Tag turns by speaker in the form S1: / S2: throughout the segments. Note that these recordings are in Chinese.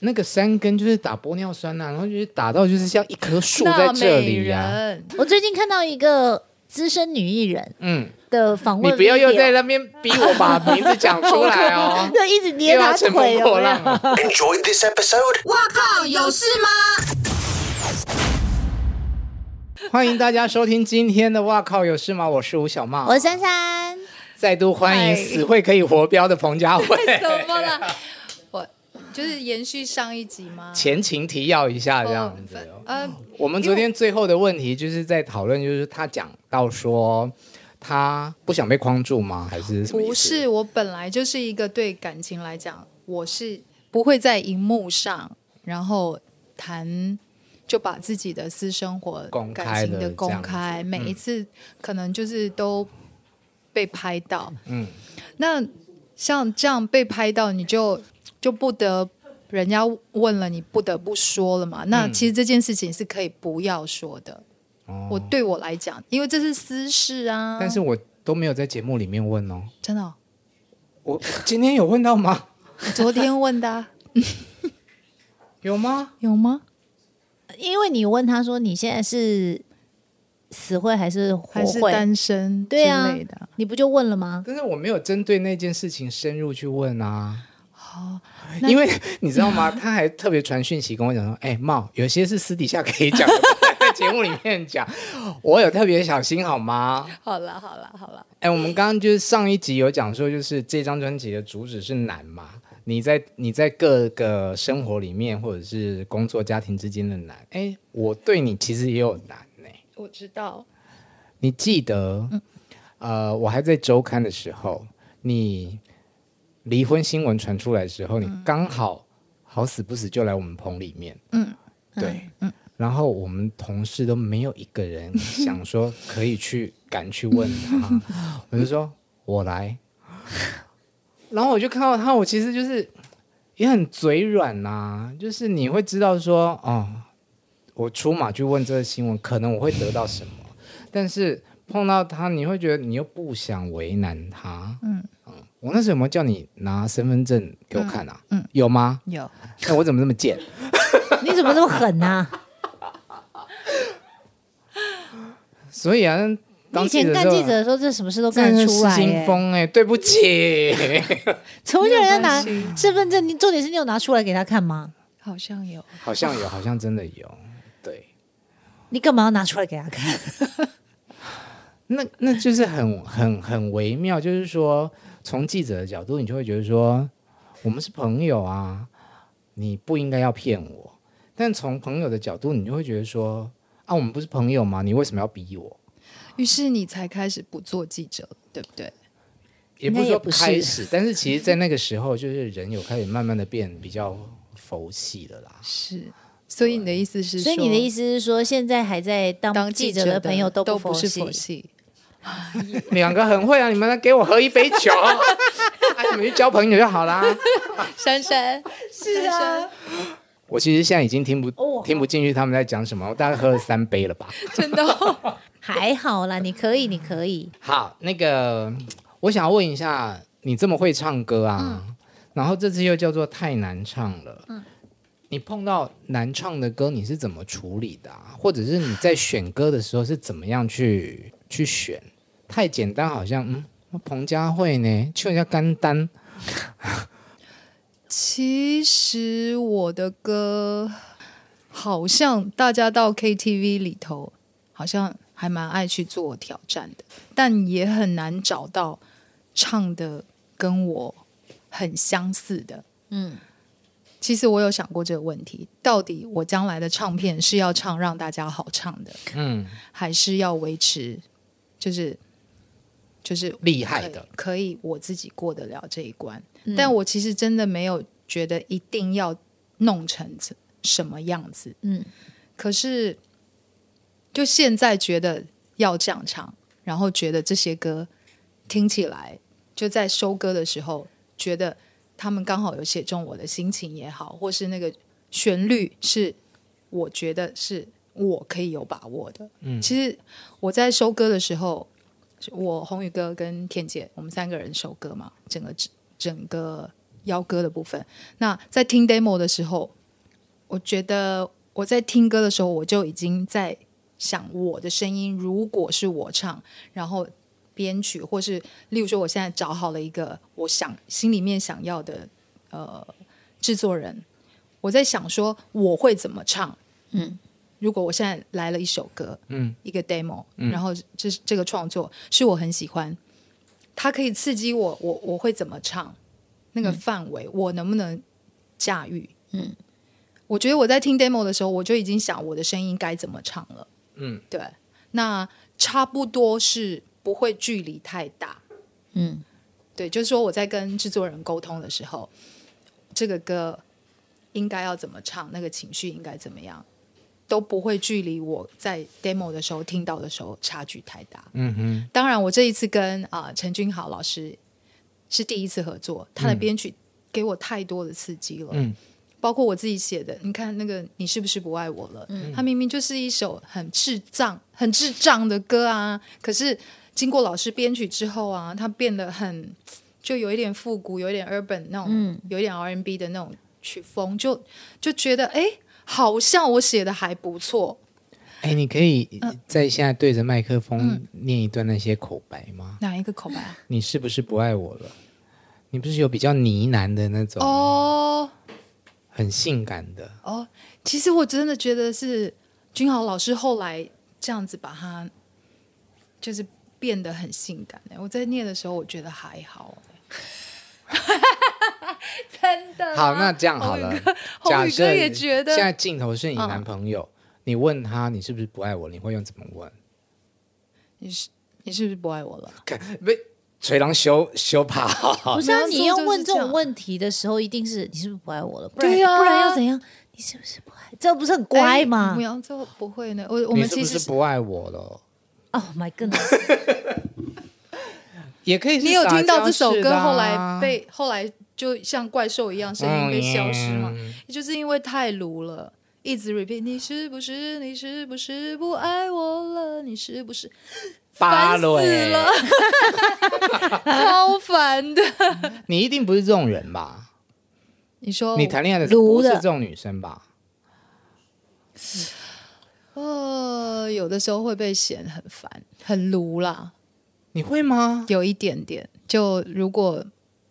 S1: 那个山根就是打玻尿酸啊呐、然后就是打到就是像一棵树在
S2: 那
S1: 这
S2: 美
S1: 里啊呀、
S2: 人，
S3: 我最近看到一个资深女艺人
S1: 嗯，
S3: 的访
S1: 你
S3: 问，
S1: 不要又在。那边逼我把名字讲出来 哦
S3: ，就一直捏
S1: 又
S3: 她
S1: 要乘风
S3: 腿，
S1: 破
S3: 有没有
S1: 浪了。
S4: Enjoyed this episode?
S1: 欢迎大家收听今天的《哇靠有事吗》，我是吴小茂，
S3: 我珊珊，
S1: 再度欢迎
S2: 嗨
S1: 死会可以活标的彭佳慧。
S2: 怎么了？我就是延续上一集 吗？
S1: 前情提要一下这样子。哦
S2: 呃，
S1: 我们昨天最后的问题就是在讨论，就是他讲到说他不想被框住吗？还是什么意思
S2: 不是，啊我本来就是一个对感情来讲，我是不会在荧幕上，然后谈就把自己的私生活
S1: 公开的
S2: 感情的
S1: 这
S2: 公
S1: 样子
S2: 开，
S1: 嗯
S2: 每一次可能就是都被拍到。
S1: 嗯，
S2: 那像这样被拍到，你就就不得。人家问了，你不得不说了嘛？那其实这件事情是可以不要说的。
S1: 嗯哦
S2: 我对我来讲，因为这是私事啊。
S1: 但是我都没有在节目里面问哦。
S2: 真的哦、
S1: 我今天有问到吗？
S2: 我昨天问 的啊、
S1: 有吗？
S2: 有吗？
S3: 因为你问她说你现在是死会还是活
S2: 还是
S3: 会，
S2: 单身之
S3: 对啊
S2: 类的。
S3: 你不就问了吗？
S1: 但是我没有针对那件事情深入去问啊。
S2: 哦，那
S1: 因为你知道吗？ 他还特别传讯息跟我讲说：“哎、茂，有些是私底下可以讲的，不能在节目里面讲。 我有特别小心，好吗？”
S2: 好啦，好啦，好啦。
S1: 哎、我们刚刚就是上一集有讲说，就是这张专辑的主旨是难嘛？你在你在各个生活里面，或者是工作、家庭之间的难。哎、我对你其实也有难呢、
S2: 我知道，
S1: 你记得，呃，我还在周刊的时候，你离婚新闻传出来的时候，你刚好好死不死就来我们棚里面，嗯，对，嗯，然后我们同事都没有一个人想说可以去敢去问 他，我就说我来， 然后我就看到他，我其实就是也很嘴软呐、就是你会知道说，哦，我出马去问这个新闻，可能我会得到什么。但是碰到他，你会觉得你又不想为难他。嗯我那时候有没有叫你拿身份证给我看啊？嗯，有吗？
S2: 有
S1: 那我怎么这么贱？
S3: 你怎么这么狠啊呐、
S1: 所以啊，
S3: 你
S1: 当
S3: 以前
S1: 的
S3: 干
S1: 时候
S3: 记者的时候，这什么事都干
S1: 真
S3: 得
S1: 的是
S3: 出
S1: 失
S3: 来、
S1: 心
S3: 欸。
S1: 疯哎，对不起。
S3: 怎么叫人家拿
S2: 没有关系
S3: 身份证？你重点是你有拿出来给他看吗？
S2: 好像有，
S1: 好像有，好像真的有。对，
S3: 你干嘛要拿出来给他看？
S1: 那那就是很很很微妙，就是说，从记者的角度，你就会觉得说，我们是朋友啊，你不应该要骗我。但从朋友的角度，你就会觉得说，啊，我们不是朋友吗？你为什么要逼我？
S2: 于是你才开始不做记者，对不对？
S1: 也
S3: 应该
S1: 不是说
S3: 也不是
S1: 开始，但是其实，在那个时候，就是人有开始慢慢的变比较佛系的啦。
S2: 是。所以你的意思是说，
S3: 所以你的意
S2: 思
S3: 思是说，现在还在当
S2: 当
S3: 记
S2: 者
S3: 者的朋友
S2: 都
S3: 不
S2: 不
S3: 佛
S2: 是
S3: 系
S2: 佛系，
S1: 两个很会啊，你们来给我喝一杯酒， 哎，你们去交朋友就好啦。
S2: 珊珊 是啊，
S1: 我其实现在已经听不、
S3: 哦
S1: 听不进去他们在讲什么，我大概喝了三杯了吧。
S2: 真的哦、
S3: 还好啦，你可以，你可以。
S1: 好，那个我想要问一下，你这么会唱歌啊，
S2: 嗯
S1: 然后这次又叫做太难唱了，你碰到难唱的歌你是怎么处理的、啊？或者是你在选歌的时候是怎么样去去选？太简单好像嗯，那彭佳慧呢，去人家干单，
S2: 其实我的歌好像大家到 KTV 里头，好像还蛮爱去做挑战的，但也很难找到唱的跟我很相似的。
S3: 嗯，
S2: 其实我有想过这个问题，到底我将来的唱片是要唱让大家好唱的，
S1: 嗯，
S2: 还是要维持就是就是
S1: 厉害的，
S2: 可以，可以我自己过得了这一关。但我其实真的没有觉得一定要弄成这什么样子。
S3: 嗯，
S2: 可是就现在觉得要这样唱，然后觉得这些歌听起来就在收歌的时候，觉得他们刚好有写中我的心情也好，或是那个旋律是我觉得是我可以有把握的。嗯，其实我在收歌的时候，我宏宇哥跟田姐，我们三个人收歌嘛，整个整个邀歌的部分。那在听 demo 的时候，我觉得我在听歌的时候，我就已经在想我的声音，如果是我唱，然后编曲，或是例如说，我现在找好了一个我想心里面想要的呃制作人，我在想说我会怎么唱，
S3: 嗯。
S2: 如果我现在来了一首歌，
S1: 嗯，
S2: 一个 demo，、然后这这个创作是我很喜欢，它可以刺激我，我我会怎么唱，那个范围、我能不能驾驭？
S3: 嗯，
S2: 我觉得我在听 demo 的时候，我就已经想我的声音该怎么唱了。
S1: 嗯，
S2: 对，那差不多是不会距离太大。
S3: 嗯，
S2: 对，就是说我在跟制作人沟通的时候，这个歌应该要怎么唱，那个情绪应该怎么样，都不会距离我在 demo 的时候听到的时候差距太大。
S1: 嗯哼，
S2: 当然，我这一次跟啊、陈君豪老师是第一次合作，他的编曲给我太多的刺激了，
S1: 嗯
S2: 包括我自己写的。你看那个“你是不是不爱我了”，他明明就是一首很智障、很智障的歌啊，可是经过老师编曲之后啊，它变得很就有一点复古，有一点 urban 那种，有一点 R&B 的那种曲风，就就觉得哎，好像我写的还不错。
S1: 哎，你可以
S2: 嗯
S1: 在现在对着麦克风念一段那些口白吗？
S2: 哪一个口白啊？
S1: 你是不是不爱我了？你不是有比较呢喃的那种，
S2: 哦、
S1: 很性感的，
S2: 哦，其实我真的觉得是君豪老师后来这样子把它，就是变得很性感、欸。我在念的时候，我觉得还好、欸。真 的
S1: 好，那这样好了，
S2: 宏
S1: 假
S2: 宇
S1: 设
S2: 哥也觉得嗯
S1: 现在镜头是你男朋友，你问他你是不是不爱我，你会用怎么问？
S2: 你是你是不是不爱我了？
S1: 被垂狼修修爬，
S3: 不是啊，
S2: 没有
S3: 你要
S2: 做就是
S3: 问这
S2: 这
S3: 种
S2: 样
S3: 问题的时候，一定是你是不是不爱我了？不然
S2: 对啊
S3: 不然要怎样？你是不是不爱？这不是很乖吗
S2: 哎母羊座不会呢。我 我
S1: 你
S2: 们
S1: 是
S2: 其
S1: 不
S2: 实
S1: 是
S2: 是
S1: 不爱我了？
S3: ？Oh my goodness！
S1: 也可以是
S2: 你有
S1: 撒娇
S2: 听到这首
S1: 式
S2: 歌
S1: 的啊
S2: 后来被后来就像怪兽一样声音被消失吗？
S1: 嗯
S2: 就是因为太鲁了，一直 repeat，你是不是你是不是不爱我了？你是 不是
S1: 芭
S2: 烦死
S1: 蕾
S2: 了？超烦的。
S1: 你一定不是这种人吧？
S2: 你说
S1: 你谈恋爱的时候
S3: 撸
S1: 不是
S3: 的
S1: 这种女生吧？
S2: 呃，有的时候会被嫌很烦，很鲁啦，
S1: 你会吗？
S2: 有一点点。就如果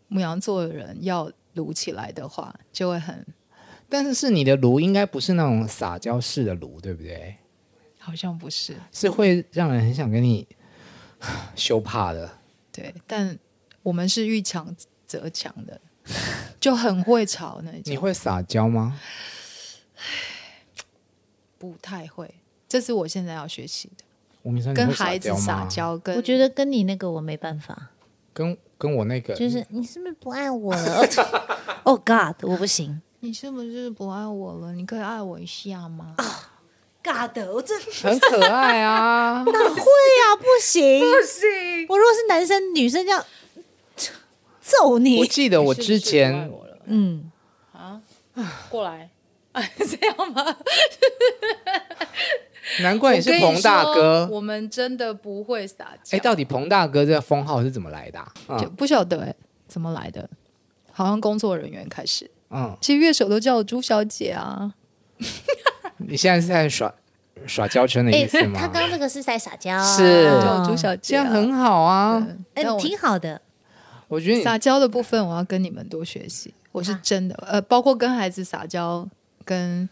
S2: 母羊座的人要鲁起来的话，就会很
S1: 但是你的撸应该不是那种撒娇式的撸，对不对？
S2: 好像不是
S1: 是会让人很想跟你 羞怕的。
S2: 对，但我们是遇强则强的， 就很会吵那种。
S1: 你会撒娇吗？
S2: 不太会，这是我现在要学习的，
S1: 吴明山，你
S2: 跟
S1: 会
S2: 孩子
S1: 撒
S2: 撒
S1: 吗，
S2: 娇，跟
S3: 我觉得跟你那个我没办法，
S1: 跟跟我那
S2: 嗯
S1: 个
S3: 就是你是不是不爱 我了？Oh God，我不行
S2: 你是不是不爱我了？你可以爱我一下 吗？
S3: ，God，我这对
S1: 很可爱 啊。
S3: 呀、 不行，不行。我如果是男生，女生这样揍
S1: 我
S3: 你，
S1: 记得我之
S2: 你是
S1: 前
S2: 不是不爱我了
S3: 嗯，
S2: 过来，哎 这样吗？
S1: 难怪你是彭大
S2: 我跟你说
S1: 哥。
S2: 我们真的不会撒娇，
S1: 哎，到底彭大哥这个封号是怎么来的啊？
S2: 就
S1: 嗯
S2: 不晓得哎，怎么来的？好像工作人员开始，
S1: 嗯，
S2: 其实乐手都叫我朱小姐啊。
S1: 你现在是在耍耍娇嗔的意
S2: 哎
S1: 思吗？
S3: 哎他刚刚那个是在撒娇、啊，
S1: 是
S2: 叫我朱小
S1: 这
S2: 姐啊、
S1: 样很好啊。
S3: 哎、
S2: 但我
S3: 挺好的。
S1: 我觉得你
S2: 撒娇的部分，我要跟你们多学习。我是真的，呃，包括跟孩子撒娇，跟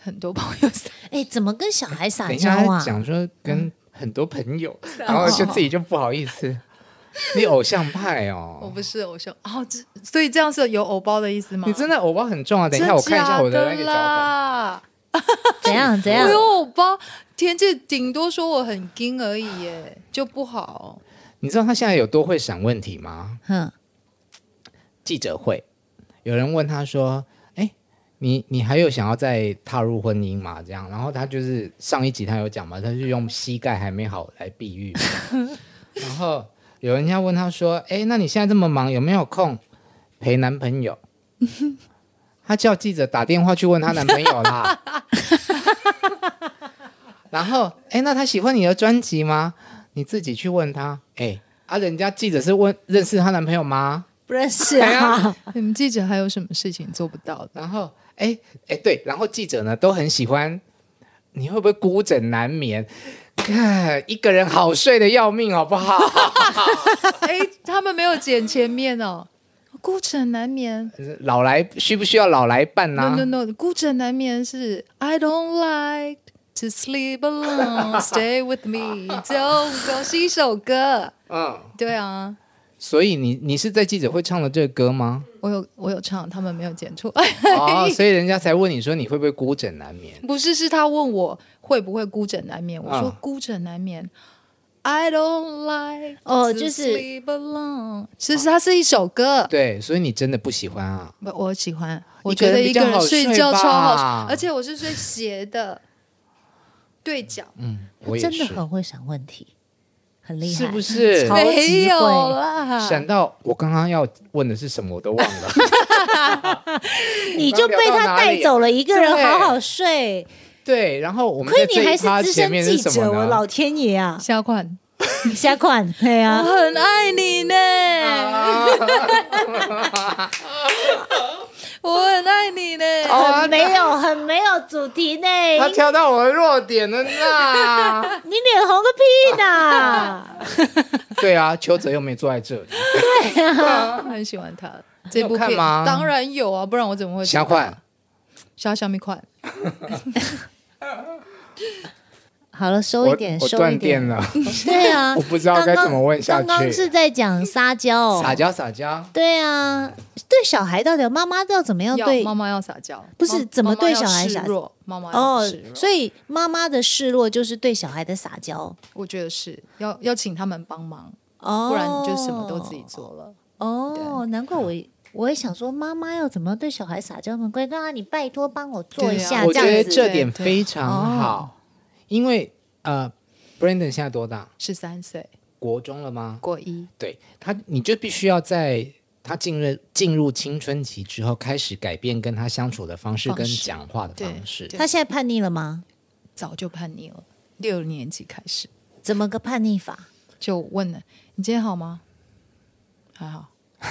S2: 很多朋友撒
S3: 哎、怎么跟小孩撒
S1: 等一
S3: 娇
S1: 下
S3: 啊
S1: 他？讲说跟很多朋友，然后
S2: 啊
S1: 就自己就不好意思。你偶像派
S2: 我
S1: 哦，
S2: 不是偶像哦，这所以这样是有偶包的意思吗？
S1: 你真的偶包很重啊。等一下我看一下我的那个脚
S2: 真假的
S1: 本。
S2: 啦，
S3: 怎样怎样
S2: 我？有偶包，田姐顶多说我很硬而已耶，就不好。
S1: 你知道他现在有多会闪问题吗？
S3: 哼，
S1: 记者会，有人问他说：“哎，你你还有想要再踏入婚姻吗？”这样，然后他就是上一集他有讲嘛，他就用膝盖还没好来比喻。 然后有人家问他说：“哎，那你现在这么忙，有没有空陪男朋友？” 他叫记者打电话去问她男朋友啦。 然后，哎，那他喜欢你的专辑吗？你自己去问他。哎，啊，人家记者是问认识她男朋友吗？
S3: 不认识 啊，
S2: 你们记者还有什么事情做不到的？
S1: 然后，哎哎，对，然后记者呢都很喜欢，你会不会孤枕难眠？看一个人好睡的要命，好不 好？
S2: 哎，他们没有剪前面哦， 孤枕难眠。
S1: 老来需不需要老来伴呢、啊
S2: No no no，孤枕难眠是 I don't like to sleep alone, stay with me，don't go 是一首歌。
S1: 嗯，
S2: 对啊，
S1: 所以你你是在记者会唱的这个歌吗？
S2: 我有我有唱，他们没有剪出来。
S1: 哦，所以人家才问你说你会不会孤枕难眠？
S2: 不是，是他问我会不会孤枕难眠，我说
S1: 啊
S2: 孤枕难眠。I don't like
S3: 哦
S2: to
S3: 就是
S2: sleep alone，其实它是一首歌，
S1: 对，所以你真的不喜欢啊？
S2: 不，我喜欢，我
S1: 一个
S2: 觉得
S1: 人比
S2: 一个
S1: 较
S2: 人
S1: 好
S2: 睡
S1: 睡
S2: 觉超好
S1: 吧
S2: 睡，而且我是睡斜的，对角，
S1: 嗯，我也
S3: 真的
S1: 是，
S3: 很会想问题，很厉
S1: 是
S3: 害，
S1: 不是
S3: 超级会
S2: 没有
S3: 啊
S2: 啦，
S1: 想到我刚刚要问的是什么，我都忘 了。
S3: 你就被他带走了，一个人好好睡。
S1: 对，然后我们
S3: 可
S1: 在
S3: 以，你
S1: 这
S3: 还
S1: 一
S3: 是
S1: 趴
S3: 资
S1: 前
S3: 深
S1: 面
S3: 记
S1: 是什
S3: 者，我
S1: 么呢？
S3: 老天爷啊！
S2: 下款，
S3: 下款，对
S2: 我
S3: 啊，
S2: 很爱你呢，
S1: 啊
S2: 我很爱你呢，
S1: 哦
S3: 很没有，很没有主题呢。
S1: 他挑到我的弱点了呢。
S3: 你脸红个屁 呢！
S1: 对啊，邱泽又没坐在这里。
S2: 哦很喜欢他。这部
S1: 有看
S2: 片
S1: 吗
S2: 当然有啊，不然我怎么会
S1: 小款，
S2: 下下面款？
S3: 好了，收
S1: 我
S3: 一点，
S1: 我
S3: 收一
S1: 断
S3: 点
S1: 电。了，
S3: 对啊，
S1: 我不知道该怎么问下去
S3: 刚刚是在讲撒娇，
S1: 撒。娇撒娇。
S3: 对哦啊，对小孩到底妈妈要怎么样
S2: 要
S3: 对？
S2: 妈妈要撒娇，
S3: 不是
S2: 妈
S3: 怎么对小孩
S2: 妈妈要
S3: 撒
S2: 示弱，妈妈要
S3: 哦
S2: 示，弱。
S3: 所以妈妈的示弱就是对小孩的撒娇。
S2: 我觉得是要要请他们帮忙，
S3: 哦，
S2: 不然你就什么都自己嗯做了。
S3: 哦，难怪我我也想说，妈妈要怎么对小孩撒娇？难怪刚刚你拜托帮我做一下，
S2: 对啊
S1: 我
S3: 这
S1: 觉
S3: 样
S1: 得
S3: 子。哦
S1: 这
S2: 对
S1: 点
S2: 对
S1: 非常好，因为呃，Brandon 现在多大？
S2: 十三岁
S1: 国中了吗？
S2: 过一，
S1: 对他，你就必须要在他进入进入青春期之后，开始改变跟他相处的方式
S2: 方
S1: 跟
S2: 式
S1: 讲话的
S2: 对
S1: 方式。
S2: 对
S3: 他现在叛逆了吗？
S2: 早就叛逆了，六年级开始
S3: 怎么个叛 逆法？
S2: 就问了：“你今天好吗？”还好。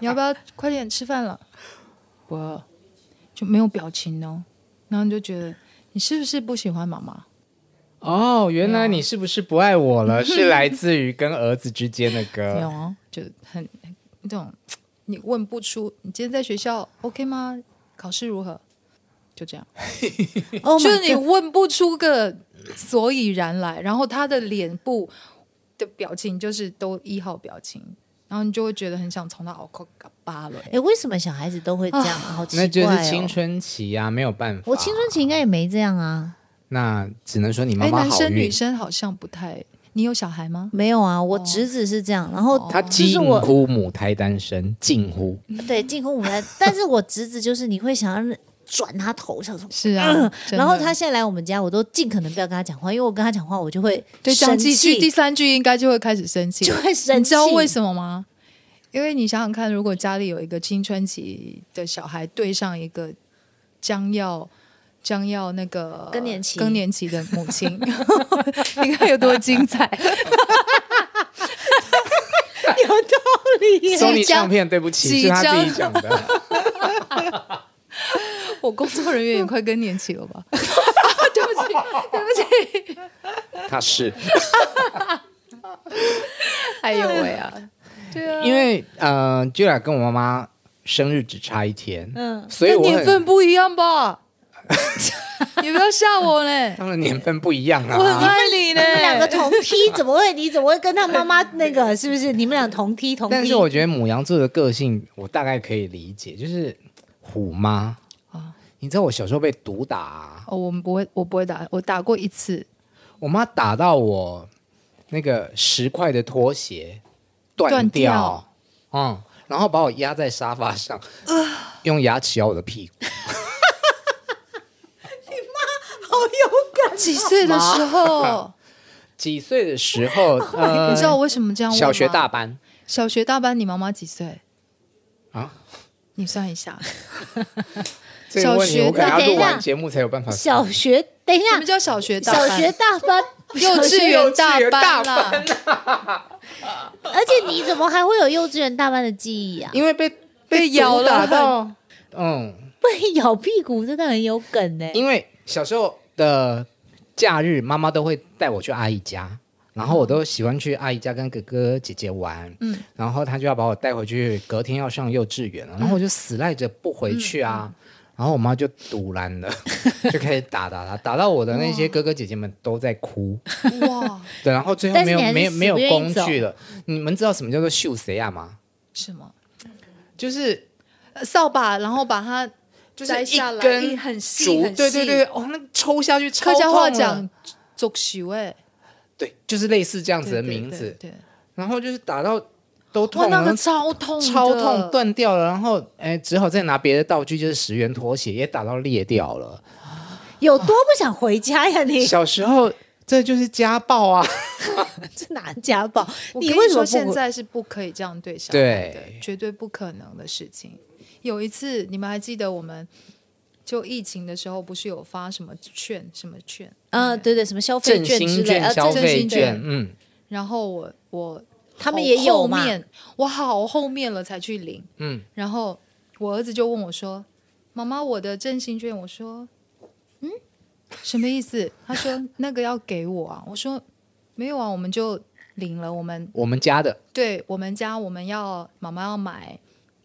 S2: 你要不要快点吃饭了？不饿，就没有表情哦。然后你就觉得你是不是不喜欢妈妈？
S1: 哦，原来你是不是不爱我了？
S3: 啊
S1: 是来自于跟儿子之间的 歌。
S2: 没有啊，就很那种你问不出，你今天在学校 OK 吗？考试如何？就这样，
S3: 哦，
S2: 就是你问不出个所以然来，然后他的脸部的表情就是都一号表情，然后你就会觉得很想从他拗口嘎巴了。
S3: 哎，为什么小孩子都会这样？好奇
S1: 那
S3: 怪哦！
S2: 啊
S1: 就是青春期啊，没有办法。
S3: 我青春期应该也没这样啊，
S1: 那只能说你妈
S2: 哎，
S1: 妈
S2: 男
S1: 好
S2: 生女
S1: 运，
S2: 生好像不太，你有小孩吗？
S3: 没有啊，
S2: 哦
S3: 我侄子是这样，然后
S1: 他
S3: 哦就
S1: 近
S3: 是我
S1: 乎母胎单身，近乎
S3: 对进攻舞台，但是我侄子就是你会想要转他头，想说。
S2: 是啊， 真的
S3: 嗯然后他现在来我们家，我都尽可能不要跟他讲话，因为我跟他讲话，我就会
S2: 对讲
S3: 生
S2: 几句，第
S3: 气，
S2: 三句应该就会开始生气
S3: 就，会生气。
S2: 你知道为什么吗？因为你想想看，如果家里有一个青春期的小孩对上一个将要将要那个
S3: 更年期
S2: 更年期的母 亲，你看有多精彩！
S3: 么
S1: 送你唱片，对不起，
S2: 即
S1: 是
S2: 将
S1: 他自己讲的。
S2: 我工作人员也快更年期了吧？ 对不起，对不起。
S1: 他是
S2: 哎呦喂啊！对啊，
S1: 因为呃 j u l a 跟我妈妈生日只差一天，
S3: 嗯
S1: 嗯，所以
S2: 那
S1: 我
S2: 年
S1: 很
S2: 份不一样 吧？你不要吓我呢，
S1: 当然年份不一样
S2: 我很
S1: 啊。
S2: 爱你呢。
S3: 你们两个同梯，怎么会？你怎么会跟他妈妈 那个？是不是？你们俩同梯同梯？
S1: 但是我觉得母羊座的个性，我大概可以理解，就是虎妈
S2: 啊
S1: 啊。你知道我小时候被毒打啊、
S2: 哦，我们不会，我不会打，我打过一次，
S1: 我妈打到我那个十块的拖鞋断
S2: 断掉
S1: 嗯，然后把我压在沙发上，用牙齿咬我的屁股。
S2: 几岁的时候？
S1: 呃几岁的时 候，呃，
S2: 哦你知道我为什么这样问吗？
S1: 小学大班，
S2: 小学大班，你妈妈几岁
S1: 啊？
S2: 你算一下，
S1: 这个问题
S2: 小学
S1: 我可能要
S3: 大
S1: 录
S3: 等一下
S1: 完节目才有办法。
S3: 小学，等一
S2: 什
S3: 下
S2: 么，叫小学大
S3: 小
S2: 班？
S3: 学大班
S2: 幼稚园大班啊啦，
S3: 而且你怎么还会有幼稚园大班的记忆啊？
S1: 因为被
S2: 被咬
S1: 毒
S2: 了
S1: 打到，嗯，
S3: 被咬屁股真的很有梗呢、
S1: 因为小时候的假日，妈妈都会带我去阿姨家。然后我都喜欢去阿姨家跟哥哥姐姐玩，嗯，然后他就要把我带回去，隔天要上幼稚园了，然后我就死赖着不回去啊，然后我妈就堵拦了， 就开始打打打，打到我的那些哥哥姐姐们都在哭，
S2: 哇，
S1: 对，然后最后
S3: 但
S1: 没
S3: 是
S1: 有
S3: 你还是
S1: 没有
S3: 死
S1: 没有
S3: 不愿意
S1: 工
S3: 走
S1: 具了。你们知道什么叫做秀谁啊吗？
S2: 什么
S1: 就是
S2: 呃扫把，然后把它
S1: 就是
S2: 摘下来，
S1: 根
S2: 一很细，
S1: 竹，
S2: 很
S1: 对对
S2: 细
S1: 对，，哦，那抽下去超
S2: 客家话
S1: 痛了
S2: 讲竹球哎，
S1: 对，就是类似这样
S2: 对
S1: 子的
S2: 对
S1: 名
S2: 对
S1: 字，
S2: 对，
S1: 然后就是打到都
S2: 哇，
S1: 痛，然
S2: 那
S3: 啊
S2: 个
S1: 后
S2: 超痛的，
S1: 超痛断掉了，然后哎，只好再拿别的道具，就是十元拖鞋也打到裂掉了。
S3: 有多不想回家呀
S2: 哎
S3: 你？
S1: 小时候这就是家暴 啊，
S3: 这哪家暴？
S2: 我
S3: 你
S2: 跟
S3: 为什么
S2: 说
S3: 不
S2: 现在是不可以这样对小孩的，
S1: 对
S2: 绝对不可能的事情。有一次，你们还记得我们就疫情的时候，不是有发什么券什么券？
S3: 嗯，对对，什么消费
S1: 振
S3: 券之
S1: 兴
S3: 类，
S1: 券、
S2: 啊
S3: 呃，
S1: 消
S3: 振
S1: 费
S3: 兴
S1: 券，嗯，
S2: 然后我我
S3: 他们
S2: 好
S3: 也有
S2: 后
S3: 嘛
S2: 面我好后面了才去领，嗯，然后我儿子就问我说：“妈妈，我的振兴券。”我说：“嗯，什么意思？”他说：“那个要给我啊。”我说：“没有啊，我们就领了，我们
S1: 我们家的
S2: 对我们家我们要妈妈要买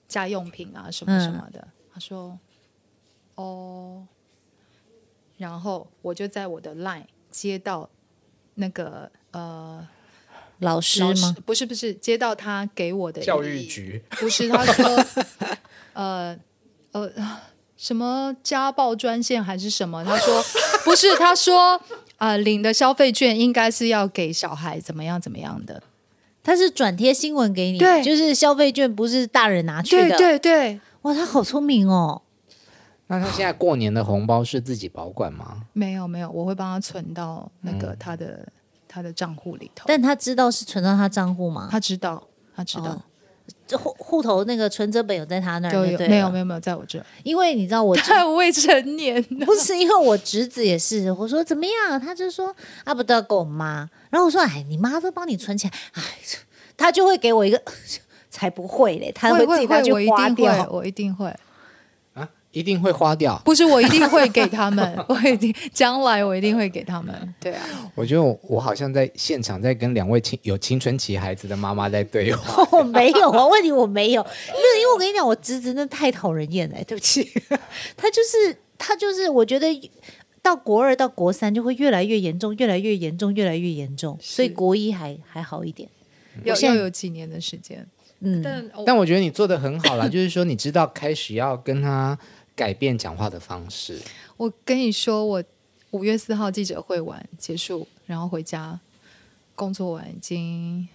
S2: 家用品啊什
S3: 嗯
S2: 么什么的。他说：“哦。”然后我就在我的 LINE 接到那个呃
S3: 老师
S2: 老师
S3: 吗？
S2: 不是不是，接到他给我的
S1: 教
S2: 一
S1: 育局，
S2: 不是 他说呃呃什么家暴专线还是什么？他说不是，他说呃领的消费券应该是要给小孩怎么样怎么样的。
S3: 他是转贴新闻给你，
S2: 对
S3: 就是消费券不是大人拿去
S2: 对
S3: 的。
S2: 对对，
S3: 哇，他好聪明哦！
S1: 那他现在过年的红包是自己保管吗？
S2: 没有没有，我会帮他存到那个他的、他的账户里头。
S3: 但他知道是存到他账户吗？
S2: 他知道，他知道
S3: 哦，这户户头那个存折本有在他那儿
S2: 就
S3: 对
S2: 有
S3: 不对
S2: 没有没
S3: 有，
S2: 有没有在我这儿，
S3: 因为你知道 我侄
S2: 太未成年了。
S3: 不是因为我侄子也是， 我说怎么样，他就说啊，不都要给我妈，然后我说哎，你妈都帮你存起来，哎，他就会给我一个， 才不会嘞，他
S2: 会
S3: 自己
S2: 会
S3: 拿
S2: 会，
S3: 去
S2: 我一
S3: 花
S2: 定会，
S3: 掉。
S2: 我一定会。
S1: 啊，一定会花掉。
S2: 不是，我一定会给他 们，我一定将来我一定会给他们。对啊，
S1: 我觉得我我好像在现场在跟两位青有青春期孩子的妈妈在对
S2: 哦
S1: 话。
S3: 我 没有啊，问题我没有，没有，因为我跟你讲，我侄子那太讨人厌了，对不起， 他就是他就是，我觉得到国二到国三就会越来越严重，越来越严重，越来越严重，所以国一还还好一点，
S2: 要
S3: 现
S2: 要
S3: 在
S2: 有几年的时间，
S3: 嗯，
S2: 但我
S1: 但我觉得你做的很好啦，就是说你知道开始要跟他改变讲话的方式。
S2: 我跟你说，我五月四号记者会完结束，然后回家工作完已经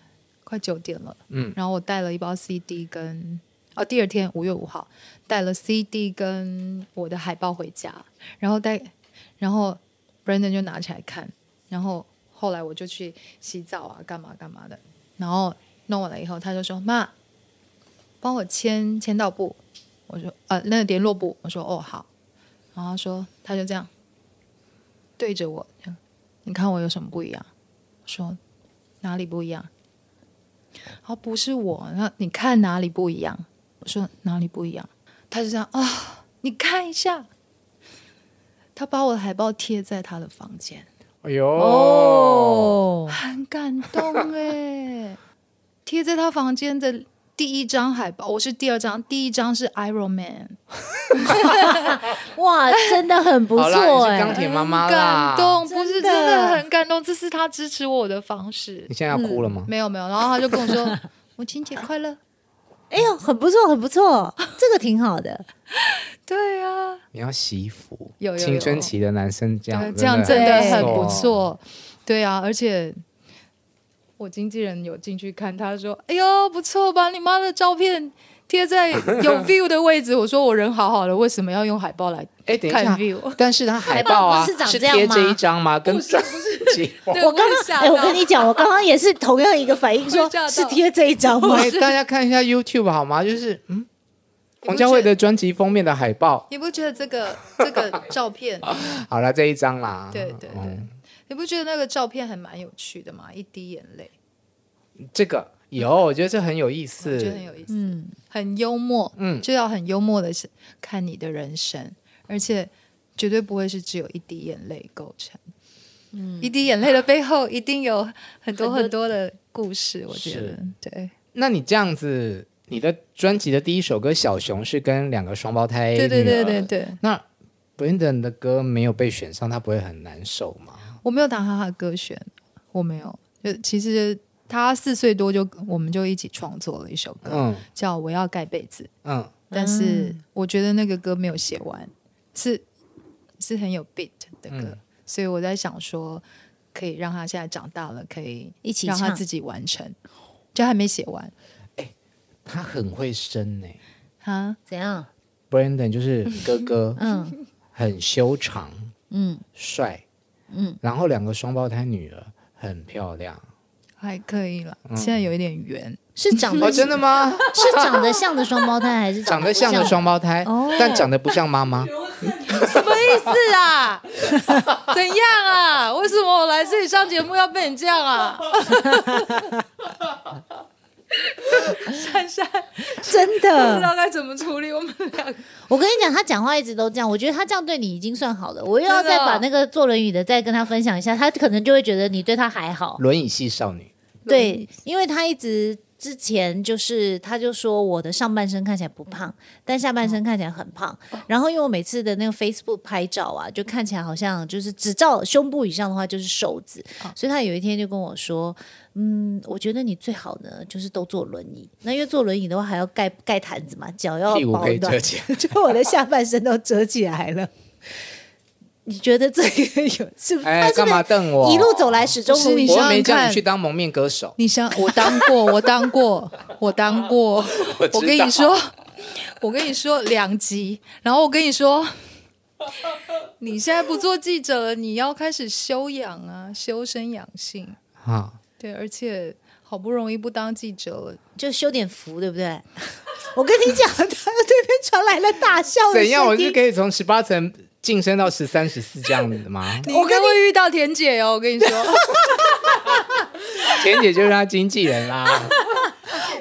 S2: 快九点了，
S1: 嗯，
S2: 然后我带了一包 CD 跟哦，第二天五月五号带了 CD 跟我的海报回家，然后带，然后 Brandon 就拿起来看，然后后来我就去洗澡啊，干嘛干嘛的，然后弄完了以后，他就说妈，帮我签签到簿，我说呃那个联络簿，我说哦好。然后他说他就这样对着我，这样你看我有什么不一样？我说哪里不一样？哦，不是我，那你看哪里不一样？我说哪里不一样？他就这样啊、你看一下，他把我的海报贴在他的房间，
S1: 哎呦，
S3: 哦，
S2: 很感动哎， 贴在他房间的。第一张海报，我是第二张，第一张是 Iron Man，
S3: 哇，真的很不
S1: 好啦，你
S3: 错
S1: 是
S3: 哎、
S1: 钢铁妈妈啦
S2: 感。动，不是
S3: 真的
S2: 真的很感动，这是他支持我的方式
S1: 你。现在要哭了吗？
S2: 没有没有，然后他就跟我说 母亲节快乐。
S3: 哎呦，很不错，很 不错，这个挺好的。
S2: 对啊，
S1: 你要洗衣服。
S2: 有有
S1: 青春
S2: 有
S1: 期的男生这样
S2: 对，这样真
S3: 的
S2: 的
S3: 很
S2: 很不。错。对啊，而且我经纪人有进去看，他说：“哎呦，不错吧？你妈的照片贴在有 view 的位置。”我说：“我人好好的，为什么要用海报来
S1: 哎，等一
S2: 看
S1: 下，
S2: view？”
S1: 但是他海报啊
S3: 海报不是长这样
S1: 贴
S3: 吗
S1: 这一张吗？跟专 辑。
S2: 对
S3: 我刚
S2: 也
S3: 刚，
S2: 吓
S3: 哎、我
S2: 到
S3: 跟你讲，我刚刚也是同样一个反应说，
S2: 我吓到
S3: 是贴这一张吗？
S1: 哎，大家看一下 YouTube 好吗？就是嗯，黄家卫的专辑封面的海报。
S2: 你不觉得这个这个照片？
S1: 好了，这一张啦。
S2: 对对对，
S1: 嗯
S2: 你不觉得那个照片还蛮有趣的吗？一滴眼泪，
S1: 这个有，我觉得这很有意
S2: 我
S1: 思，
S2: 觉得很有意思，
S3: 嗯，
S2: 很幽默，
S1: 嗯
S2: 就要很幽默的看你的人生，而且绝对不会是只有一滴眼泪构成。一滴眼泪的背后一定有很多很多的故事，我觉得对。
S1: 那你这样子，你的专辑的第一首歌《小熊》是跟两个双胞胎
S2: 对对
S1: 女儿
S2: 对对对，
S1: 那 Brendan 的歌没有被选上，他不会很难受吗？
S2: 我没有打哈哈歌选，我没有。就其实他四岁多就我们就一起创作了一首歌，
S1: 嗯
S2: 叫《我要盖被子》，
S1: 嗯，
S2: 但是我觉得那个歌没有写完，是是很有 beat 的歌，
S1: 嗯
S2: 所以我在想说，可以让他现在长大了，可以
S3: 一起
S2: 让他
S3: 唱
S2: 自己完成，就还没写完
S1: 他很会生呢、
S2: 哈，
S3: 怎样？
S1: Brendan 就是哥哥，
S3: 嗯
S1: 很修长
S3: 嗯
S1: 帅，
S3: 嗯，
S1: 然后两个双胞胎女儿很漂亮。
S2: 还可以了，
S1: 嗯
S2: 现在有一点圆，
S3: 是 长得
S1: 哦真的 吗？
S3: 是长得像的双胞胎还是
S1: 长
S3: 得
S1: 得
S3: 不哦
S1: 像的双胞胎，但长得不像妈 妈。
S2: 什么意思啊？ 怎样啊？为什么我来这里上节目要被你这样啊？ 珊珊
S3: 真
S2: 不知
S3: 的？
S2: 道该怎么处理我们两个，
S3: 我跟你讲，他讲话一直都这样，我觉得他这样对你已经算好了。我又要
S2: 真的
S3: 再
S2: 哦
S3: 把那个坐轮椅的再跟他分享一下，他可能就会觉得你对他还好。
S1: 轮椅系少女，
S3: 对，因为他一直之前就是，他就说我的上半身看起来不胖，但下半身看起来很胖。然后因为我每次的那个 Facebook 拍照啊，就看起来好像就是只照胸部以上的话就是瘦子，
S1: 哦
S3: 所以他有一天就跟我说。嗯，我觉得你最好呢，就是都坐轮椅。那因为坐轮椅的话，还要盖盖毯子嘛，脚要
S1: 屁股
S3: 保
S1: 可以
S3: 暖
S1: 遮起来。
S3: 就我的下半身都遮起来了。你觉得这个有是不是？
S1: 哎，干嘛瞪我？
S3: 一路走来始终
S2: 不是
S3: 如
S2: 你
S3: 一
S2: 想
S1: 我
S2: 想
S1: 又没叫
S2: 看
S1: 你去当蒙面歌手。
S2: 你想，我当 过，我当过，我当过。我
S1: 知道
S2: 跟你说，我跟你说两集，然后我跟你说，你现在不做记者了，你要开始修养啊，修身养性。
S1: 啊，
S2: 对，而且好不容易不当记者了，
S3: 就修点福，对不对？ 我跟你讲，他对面传来了大笑的声音
S1: 怎样？我是可以从十八层晋升到十三、十四这样子的吗？
S2: 你应该会遇到田姐哦。我跟你说，
S1: 田姐就是他经纪人啦。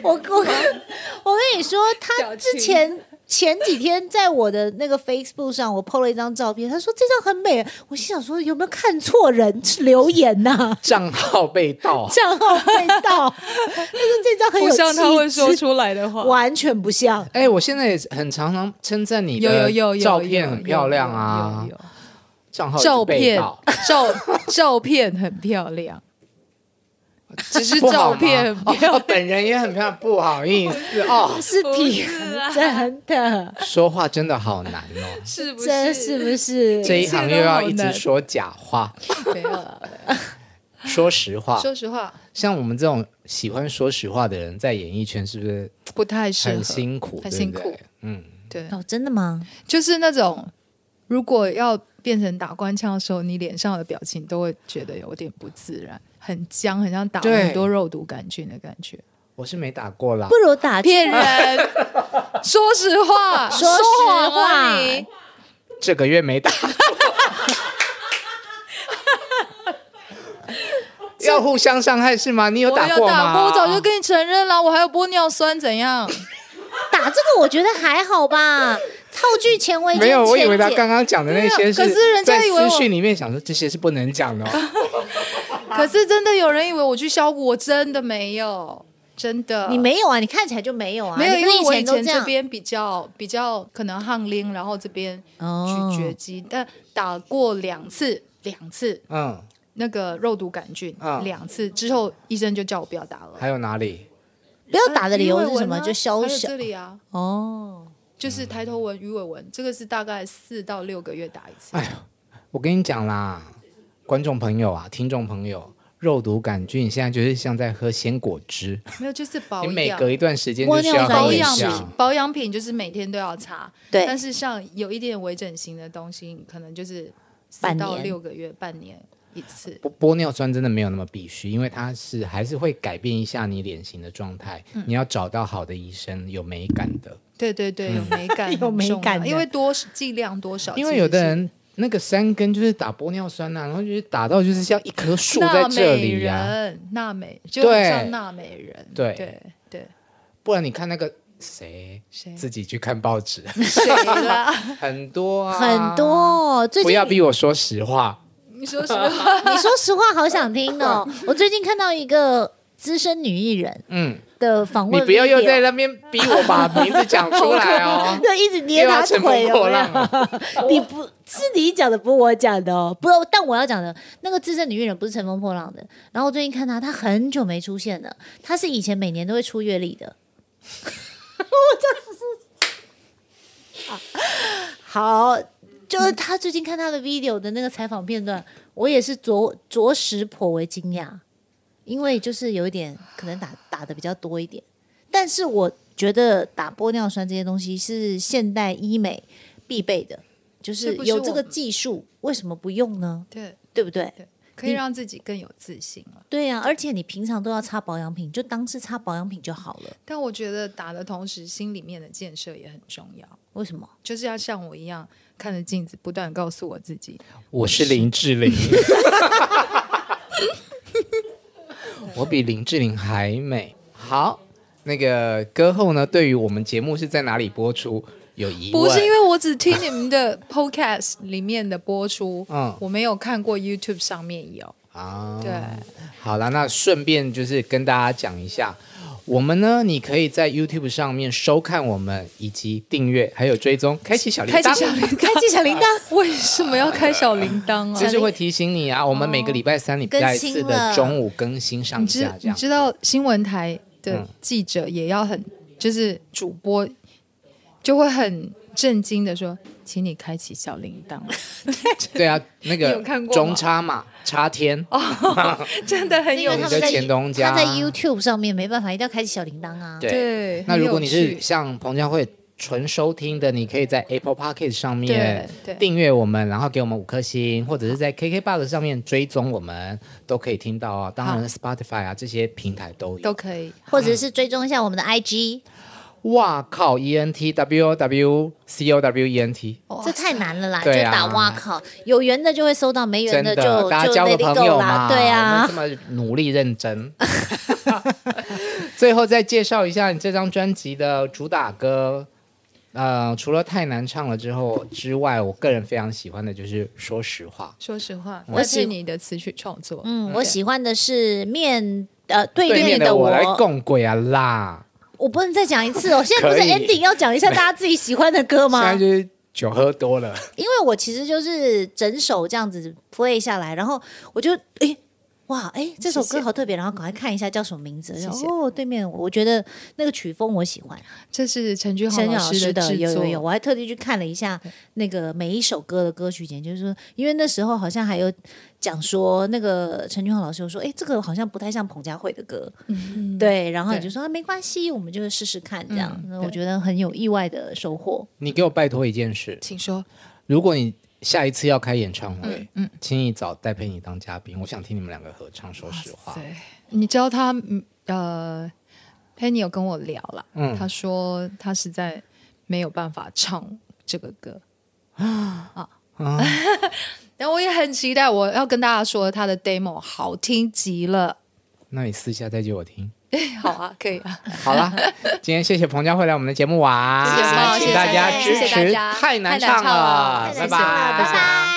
S3: 我我我跟你说，他
S2: 矫情
S3: 之前前几天在我的那个 Facebook 上，我 PO 了一张照片，他说这张很美，我心想说有没有看错人留言呐、
S1: 账号被盗，
S3: 账号被盗， 但是这张很 有
S2: 不像她会
S3: 气质
S2: 说出来的话。
S3: 完全不像。
S1: 哎、我现在也很常常称赞你
S2: 有有
S1: 的
S2: 有有
S1: 照
S2: 有
S1: 片
S2: 有
S1: 很漂亮
S2: 有
S1: 啊
S2: 有，有
S1: 账号一直
S2: 照
S1: 被
S2: 片
S1: 盗
S2: 照 照片很漂 亮，只是
S1: 不好
S2: 照
S1: 吗
S2: 片很漂
S1: 哦
S2: 亮。
S1: 本人也很漂亮，不好意思哦，
S3: 是平真的，
S1: 说话真的好难 哦，
S2: 是啊不
S3: 这是不是？
S1: 这一行又要一
S2: 一切
S1: 直
S2: 都好难
S1: 说假话，
S2: 没有了？
S1: 说实话，
S2: 说实话，
S1: 像我们这种喜欢说实话的人，在演艺圈是不是
S2: 不太适合。
S1: 很辛苦？对
S2: 很
S1: 不
S2: 辛苦
S1: 对嗯，
S2: 对，
S3: 哦，真的吗？
S2: 就是那种如果要变成打官腔的时候，你脸上的表情都会觉得有点不自然，很僵，很像打了
S1: 对
S2: 很多肉毒杆菌的感觉。
S1: 我是没打过啦
S3: 不。如打
S2: 骗人！说实话，
S3: 说实
S2: 谎啊
S3: 话
S2: 你
S1: 这个月没打。 要互相伤害是吗？你有打过
S2: 我有打
S1: 吗？
S2: 过，我早就跟你承认了，我还有玻尿酸，怎样？
S3: 打这个我觉得还好吧，套句前围巾
S1: 没有，我以为他
S3: 前
S1: 刚刚讲的那
S2: 没
S1: 些
S2: 有可是人家
S1: 在
S2: 以为我
S1: 私讯里面想说这些是不能讲的、哦。
S2: 可是真的有人以为我去削骨，我真的没有，真的
S3: 姐你没有啊，你看起来就没有啊，
S2: 没有，
S3: 你
S2: 因
S3: 不是
S2: 为我以
S3: 前都
S2: 前
S3: 这
S2: 这
S3: 样。
S2: 边比较比较可能汗淋，然后这边
S3: 哦
S2: 咀嚼肌，但打过两次，两次
S1: 嗯，
S2: 那个肉毒杆菌，
S3: 啊
S1: 嗯
S2: 两次之后医生就叫我不要打了。
S1: 还有哪里？
S3: 不要打的理由是什么？
S2: 鱼尾纹啊
S3: 就消
S2: 还有
S3: 消
S2: 这里啊，
S3: 哦，
S2: 就是抬头纹、鱼尾纹，这个是大概四到六个月打一次。
S1: 哎呦，我跟你讲啦，观众朋友啊，听众朋友，肉毒杆菌现在就是像在喝鲜果汁，
S3: 啊
S2: 没有，就是保
S1: 你每
S2: 养
S1: 隔。一段时间就需要
S3: 玻
S2: 保
S1: 喝一
S3: 尿
S2: 养
S1: 下
S2: 品
S3: 酸也是，
S2: 保养品就是每天都要擦，
S3: 对
S2: 但是像有一点微整形的东西，可能就是四
S3: 半年
S2: 到六个月、半年一次。
S1: 玻玻尿酸真的没有那么必须，因为它是还是会改变一下你脸型的状态。
S3: 嗯
S1: 你要找到好的医生，有美感的。
S3: 哦
S2: 对对对，有美感很重要，
S3: 有美感的
S2: 因为多剂量多少，
S1: 因为有的
S2: 其实
S1: 人那个山根就是打玻尿酸啊呐、然后就是打到就是像一棵树在
S2: 纳
S1: 这
S2: 美
S1: 里呀、啊
S2: 人，纳美就很
S1: 对
S2: 像纳美人，
S1: 对
S2: 对对，
S1: 不然你看那个谁
S2: 谁
S1: 自己去看报 纸，
S2: 谁啦？
S1: 很多、啊、
S3: 很多、。哦。最
S1: 不
S3: 近
S1: 要逼我说实话，
S2: 你说什么？
S3: 你说实话，好想听哦。我最近看到一个资深女艺人
S1: 嗯，
S3: 的访
S1: 你
S3: 问 video，
S1: 不要又在那边逼我把名字讲出来哦，
S3: 就一直 捏
S1: 又
S3: 她
S1: 要乘风
S3: 腿，
S1: 破
S3: 有没有
S1: 浪了。
S3: 你不是你讲的，不是我讲的哦。不，但我要讲的那个资深女艺人不是乘风破浪的。然后我最近看她，她很久没出现了。她是以前每年都会出月历的。我这是、啊、好， 就是她最近看她的 video 的那个采访片段，我也是着着实颇为惊讶，因为就是有一点可能打打的比较多一点，但是我觉得打玻尿酸这些东西是现代医美必备的。就
S2: 这
S3: 是
S2: 不是
S3: 有这
S2: 我
S3: 个技术，为什么不用呢？
S2: 对，
S3: 对不对？
S2: 可以让自己更有自信啊了。
S3: 对呀、而且你平常都要擦保养品，就当是擦保养品就好了。
S2: 但我觉得打的同时，心里面的建设也很重要，
S3: 为什么？
S2: 就是要像我一样看着镜子，不断地告诉我自己，
S1: 我是林志玲， 我比林志玲还美。好，那个歌后呢？对于我们节目是在哪里播出有疑问？
S2: 不是因为我只听你们的 podcast 里面的播出，
S1: 嗯
S2: 我没有看过 YouTube 上面有，
S1: 啊，
S2: 对，
S1: 好啦，那顺便就是跟大家讲一下，我们呢，你可以在 YouTube 上面收看我们，以及订阅，还有追踪，开启小铃
S2: 开
S1: 铛，
S2: 启小铃铛，
S3: 开启小铃 铛，
S2: 为什么要开小铃铛
S1: 就
S2: 啊？
S1: 是会提醒你啊，我们每个礼拜三、礼拜四
S3: 更新
S1: 的
S3: 了
S1: 中午更新上
S2: 你知
S1: 下，这
S2: 你
S1: 样
S2: 知道新闻台的
S1: 嗯
S2: 记者也要很，就是主播就会很震惊的说，请你开启小铃 铛，
S1: 对啊，那
S2: 你
S1: 个
S2: 有看过吗
S1: 中差嘛，差天，
S2: 真的很
S3: 因
S2: 有
S3: 为
S1: 你
S3: 他
S1: 的
S3: 们在
S1: 前东家
S3: 他在 YouTube 上面没办法，一定要开启小铃铛啊。
S2: 对
S1: 那
S2: 很
S1: 如
S2: 有
S1: 果你是
S2: 趣
S1: 像彭佳慧纯收听的，你可以在 Apple p o c k e t 上面
S2: 对对
S1: 订阅我们，然后给我们五颗星，或者是在 KKBox 上面追踪我们，都可以听到啊。当然 Spotify 啊这些平台都有
S2: 都。可以。
S3: 或者是追踪一下我们的 IG，、
S1: 哇靠！E N T W O W C O W E N T，
S2: 哇
S3: 这太难了啦，就
S1: 对啊
S3: 打哇靠，有缘的就会收到，没缘
S1: 真
S3: 的就
S1: 大
S3: 就
S1: 家交个
S3: let
S1: 朋
S3: it go
S1: 友
S3: 啦，
S1: 嘛，
S3: 对
S1: 我们
S3: 啊
S1: 这。么努力认 真。 最后再介绍一下你这张专辑的主打歌，呃，除了太难唱了之后之外，我个人非常喜欢的就是《说实话
S2: 说实话，
S3: 我
S2: 那
S3: 喜
S2: 是你的词曲创作。
S3: 嗯，
S2: 对
S3: 我喜欢的是面呃》，对
S1: 对面
S3: 的
S1: 的我来共轨啊啦，
S3: 我不能再讲一次哦。现在不是
S1: 可以
S3: ending 要讲一下大家自己喜欢的歌
S1: 现
S3: 吗？
S1: 在就是酒喝多了，
S3: 因为我其实就是整首这样子 play 下来，然后我就诶哇诶，这首
S2: 谢
S3: 歌
S2: 谢
S3: 好特别，然后赶快看一下叫什么名字。然后
S2: 谢谢
S3: 哦，对面我觉得那个曲风我喜欢，
S2: 这是陈俊豪
S3: 陈老
S2: 师
S3: 师的
S2: 制
S3: 有有
S2: 作，
S3: 有，我还特地去看了一下那个每一首歌的歌曲简介，就是说，因为那时候好像还有讲说那个陈俊豪老师有说，诶，这个好像不太像彭佳慧的歌，
S2: 嗯，
S3: 对，然后你
S2: 对
S3: 就说、啊、没关系，我们就是试试看这样，
S2: 嗯
S3: 那
S2: 对
S3: 我觉得很有意外的收获。
S1: 你给我拜托一件事，
S2: 请说。
S1: 如果你下一次要开演唱会
S2: 嗯，嗯，
S1: 请你找戴佩妮当嘉宾，我想听你们两个合唱。说实话，
S2: 对，你知道他嗯呃，Penny 有跟我聊了，
S1: 嗯
S2: 他说他实在没有办法唱这个歌 啊
S1: 啊
S2: 然后我也很期待，我要跟大家说他的 demo 好听极了。
S1: 那你私下再借我听。
S2: 好啊，可以啊，
S1: 好啦，今天谢谢彭佳慧来我们的节目玩，
S2: 谢谢
S1: 请大家
S2: 谢
S1: 支
S2: 谢大
S1: 持，
S2: 家
S1: 太难
S2: 太难
S1: 唱
S2: 唱了
S1: 了，
S2: 太
S1: 拜
S2: 难
S1: 拜，
S2: 唱了拜拜。